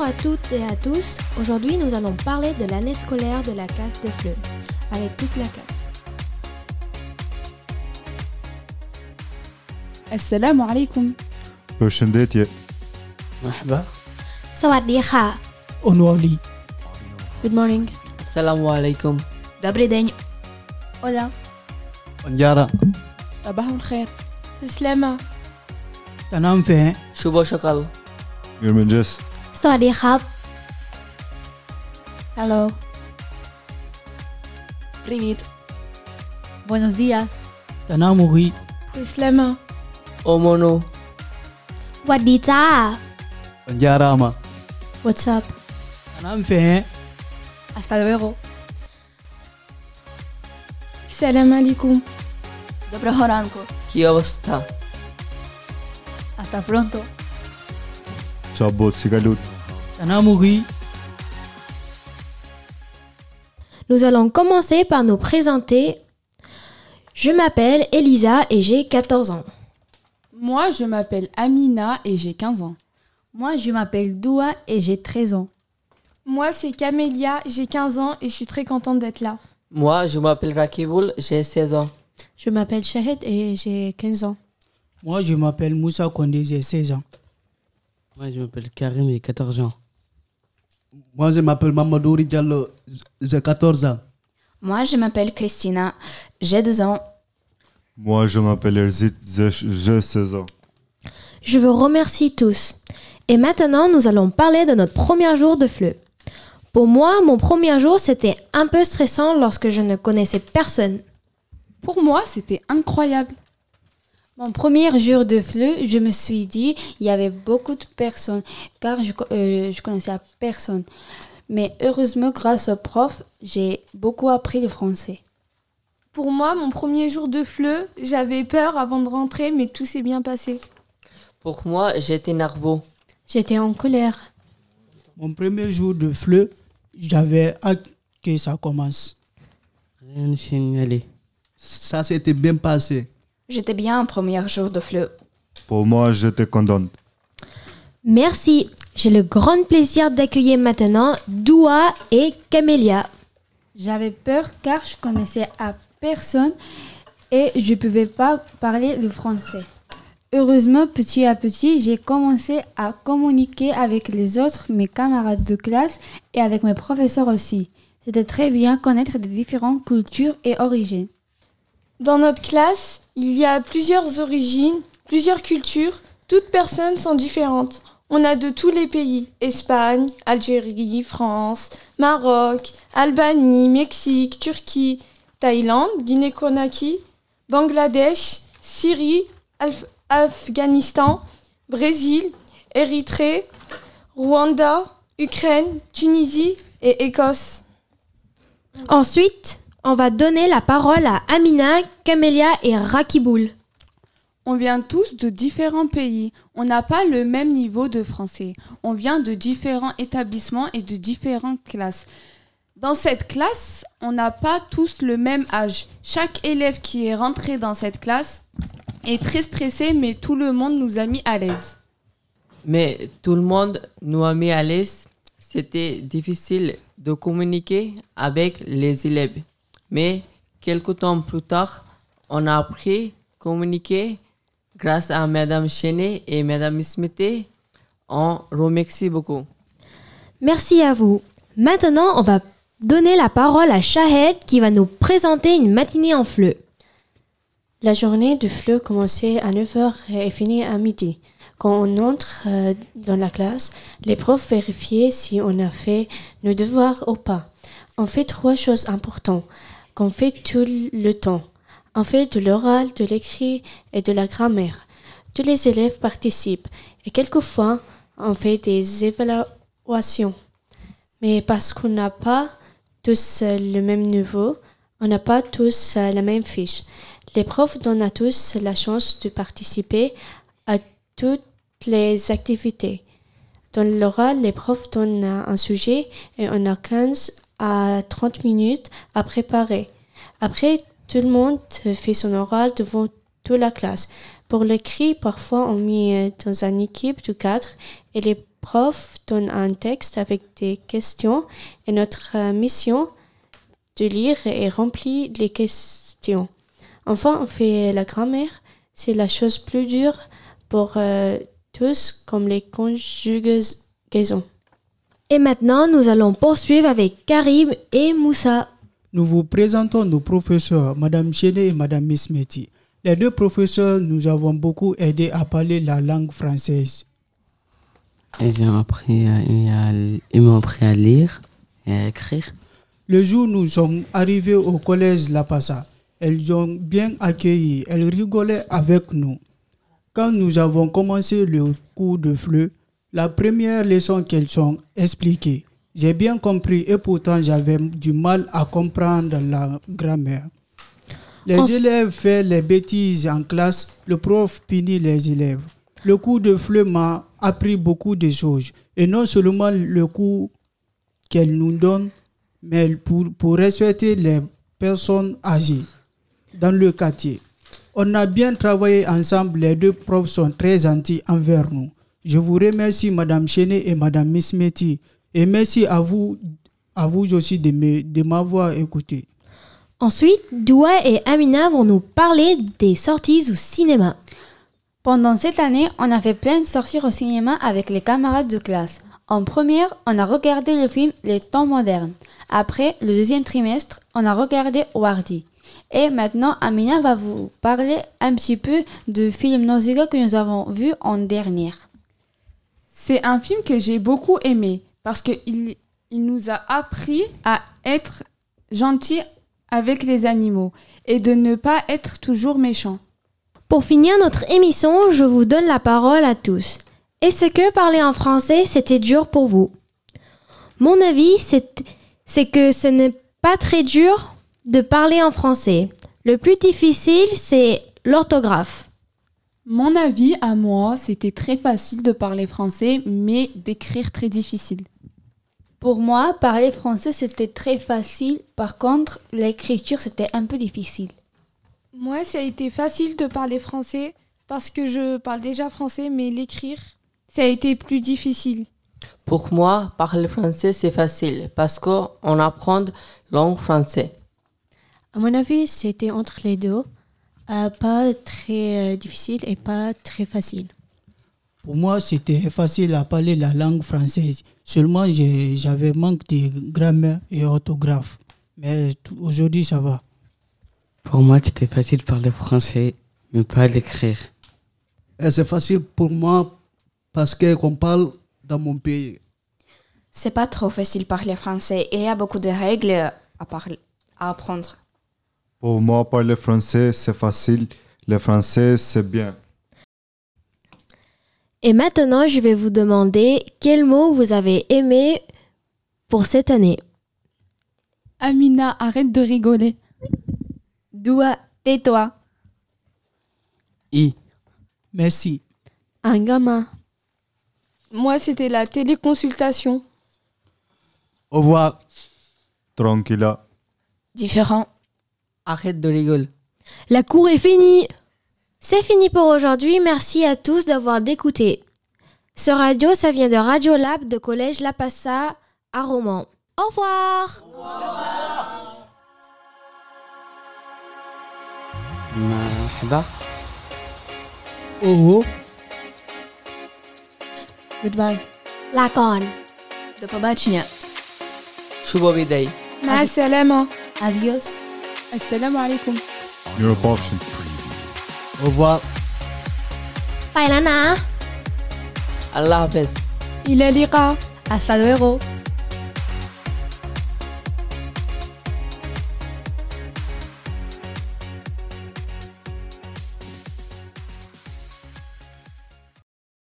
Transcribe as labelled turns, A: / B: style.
A: à toutes et à tous. Aujourd'hui, nous allons parler de l'année scolaire de la classe de Fleuve, avec toute la classe.
B: السلام عليكم
C: Përshëndetje,
D: مرحبا
A: สวัสดีค่ะ
D: اونوالي
A: Good morning.
E: السلام عليكم
A: Добрый день.
B: Hola
D: ونجارة
B: صباح الخير
A: Slema.
D: تنام فيه
E: شو شكل
C: mirë më njës.
A: สวัสดีครับ
B: Hello
E: بريفيت
B: Buenos días
D: تنام غي
A: Slema.
E: أومونو
A: สวัสดีจ้า
D: ونجارة ما
A: What's up?
D: تنام فيه
B: Hasta luego
A: Salam alaikum.
B: Доброго ранку
E: كيوستا
B: Hasta pronto
C: Qa botë si ka lutë.
D: تنام غي
A: Nous allons commencer par nous présenter. Je m'appelle Elisa et j'ai 14 ans.
F: Moi, je m'appelle Amina et j'ai 15 ans.
B: Moi je m'appelle Doua et j'ai 13 ans
G: Moi, c'est Camélia, j'ai 15 ans et je suis très contente d'être là.
E: موا جو مابيل راكيبول جي سيزون
B: Je m'appelle Shahed et j'ai 15 ans
D: Moi, je m'appelle Moussa Kondé, j'ai 16 ans.
H: Moi, je m'appelle Karim, j'ai 14 ans.
D: Moi, je m'appelle Mamadou Diallo, j'ai 14 ans.
I: Moi, je m'appelle Christina, j'ai deux ans.
C: Mua zhë ma pelerëzit zë zhë sezon.
A: Je vous remercie tous. Et maintenant, nous allons parler de notre premier jour de FLE. Pour moi, mon premier jour, c'était un peu stressant lorsque je ne connaissais personne.
F: Pour moi, c'était incroyable.
J: Mon premier jour de FLE, je me suis dit, il y avait beaucoup de personnes, car je ne connaissais personne. Mais heureusement, grâce au prof, j'ai beaucoup appris le français.
G: Pour moi, mon premier jour de FLE, j'avais peur avant de rentrer, mais tout s'est bien passé.
E: بوغ موا جيتي نارفو
J: J'étais en colère.
D: Mon premier jour de FLE, j'avais hâte que ça commence.
H: Rien de signalé.
D: Ça s'était bien passé.
I: J'étais bien un premier jour de fleu.
C: Po mua zhë të kondon.
A: Merci. J'ai le grand plaisir d'accueillir maintenant Doua et Camélia.
J: J'avais peur car je connaissais à personne et je ne pouvais pas parler le français. Heureusement, petit à petit, j'ai commencé à communiquer avec les autres, mes camarades de classe et avec mes professeurs aussi. C'était très bien connaître des différentes cultures et origines.
G: Dans notre classe, il y a plusieurs origines, plusieurs cultures, toutes personnes sont différentes. On a de tous les pays, Espagne, Algérie, France, Maroc, Albanie, Mexique, Turquie, Thaïlande, Guinée-Conakry, Bangladesh, Syrie, Alf- Afghanistan, Brésil, Érythrée, Rwanda, Ukraine, Tunisie et Écosse.
A: Ensuite, on va donner la parole à Amina, Camélia et Rakiboul.
F: On vient tous de différents pays. On n'a pas le même niveau de français. On vient de différents établissements et de différentes classes. Dans cette classe, on n'a pas tous le même âge. Chaque élève qui est rentré dans cette classe est très stressé, mais tout le monde nous a mis à l'aise.
E: Mais tout le monde nous a mis à l'aise. C'était difficile de communiquer avec les élèves. Mais quelque temps plus tard, on a appris à communiquer grâce à Madame Chenet et Madame Smith. On remercie beaucoup.
A: Merci à vous. Maintenant, on va donner la parole à Shahed qui va nous présenter une matinée en fleu.
K: La journée de FLE commençait à 9h et finit à midi. Quand on entre euh, dans la classe, les profs vérifiaient si on a fait nos devoirs ou pas. On fait trois choses importantes qu'on fait tout le temps. On fait de l'oral, de l'écrit et de la grammaire. Tous les élèves participent et quelquefois on fait des évaluations. Mais parce qu'on n'a pas tous euh, le même niveau, on n'a pas tous euh, la même fiche. Les profs donnent à tous la chance de participer à toutes les activités. Dans l'oral, les profs donnent un sujet et on a 15 à 30 minutes à préparer. Après, tout le monde fait son oral devant toute la classe. Pour l'écrit, parfois on met dans une équipe de 4 et les prof donne un texte avec des questions et notre euh, mission de lire et remplir les questions. Enfin, on fait la grammaire. C'est la chose plus dure pour euh, tous, comme les conjugaisons.
A: Et maintenant, nous allons poursuivre avec Karim et Moussa.
D: Nous vous présentons nos professeurs, Madame Chene et Madame Mismeti. Les deux professeurs nous avons beaucoup aidé à parler la langue française.
H: Et j'ai appris à- et à- ils m'ont appris à lire et à écrire.
D: Le jour où nous sommes arrivés au collège La Passa, elles ont bien accueilli, elles rigolaient avec nous. Quand nous avons commencé le cours de fleu, la première leçon qu'elles ont expliquée, j'ai bien compris et pourtant j'avais du mal à comprendre la grammaire. Les
A: En-
D: élèves font les bêtises en classe, le prof punit les élèves. Le cours de fleu m'a appris beaucoup de choses, et non seulement le cours qu'elle nous donne, mais pour, pour respecter les personnes âgées dans le quartier. On a bien travaillé ensemble, les deux profs sont très gentils envers nous. Je vous remercie, Madame Chenet et Madame Mismeti, et merci à vous, à vous aussi de me- de m'avoir écouté.
A: Ensuite, Doua et Amina vont nous parler des sorties au cinéma.
J: Pendant cette année, on a fait plein de sorties au cinéma avec les camarades de classe. En première, on a regardé le film Les temps modernes. Après, le deuxième trimestre, on a regardé Wardy. Et maintenant, Amina va vous parler un petit peu du film Nausicaa que nous avons vu en dernière.
F: C'est un film que j'ai beaucoup aimé parce qu'il il nous a appris à être gentils avec les animaux et de ne pas être toujours méchants.
A: Pour finir notre émission, je vous donne la parole à tous. Est-ce que parler en français, c'était dur pour vous Mon avis, c'est c'est que ce n'est pas très dur de parler en français. Le plus difficile, c'est l'orthographe.
F: Mon avis à moi, c'était très facile de parler français, mais d'écrire très difficile.
J: Pour moi, parler français, c'était très facile. Par contre, l'écriture, c'était un peu difficile.
L: Moi, ça a été facile de parler français parce que je parle déjà français, mais l'écrire, ça a été plus difficile.
E: Pour moi, parler français, c'est facile parce qu'on apprend langue française.
K: À mon avis, c'était entre les deux. Euh, pas très euh, difficile et pas très facile.
D: Pour moi, c'était facile à parler la langue française. Seulement, j'ai- j'avais manque de grammaire et orthographe. Mais tout- aujourd'hui, ça va.
H: Pour moi, c'était facile de parler français, mais pas l'écrire.
M: Et c'est facile pour moi parce que qu'on parle dans mon pays.
I: C'est pas trop facile parler français et il y a beaucoup de règles à, parler, à apprendre.
C: Pour moi, parler français, c'est facile. Le français, c'est bien.
A: Et maintenant, je vais vous demander quel mot vous avez aimé pour cette année.
F: Amina, arrête de rigoler.
J: Doua, tais-toi.
D: Merci.
G: Un gamin. Moi, c'était la téléconsultation.
C: Au revoir. Tranquilla.
I: Différent.
E: Arrête de rigoler.
A: La cour est finie. C'est fini pour aujourd'hui. Merci à tous d'avoir d'écouter. Ce radio, ça vient de Radio Lab de Collège La Passa à Romans. Au revoir.
H: مرحبا
D: اوه
I: Goodbye.
A: La conne.
I: До побачення.
E: Shubha vidai.
L: Ma salama.
J: Adios.
F: Assalamu alaikum.
C: Your option.
M: Au revoir.
A: Bye, Lana.
E: Allah Hafiz.
L: Il a l'ira.
J: Hasta luego.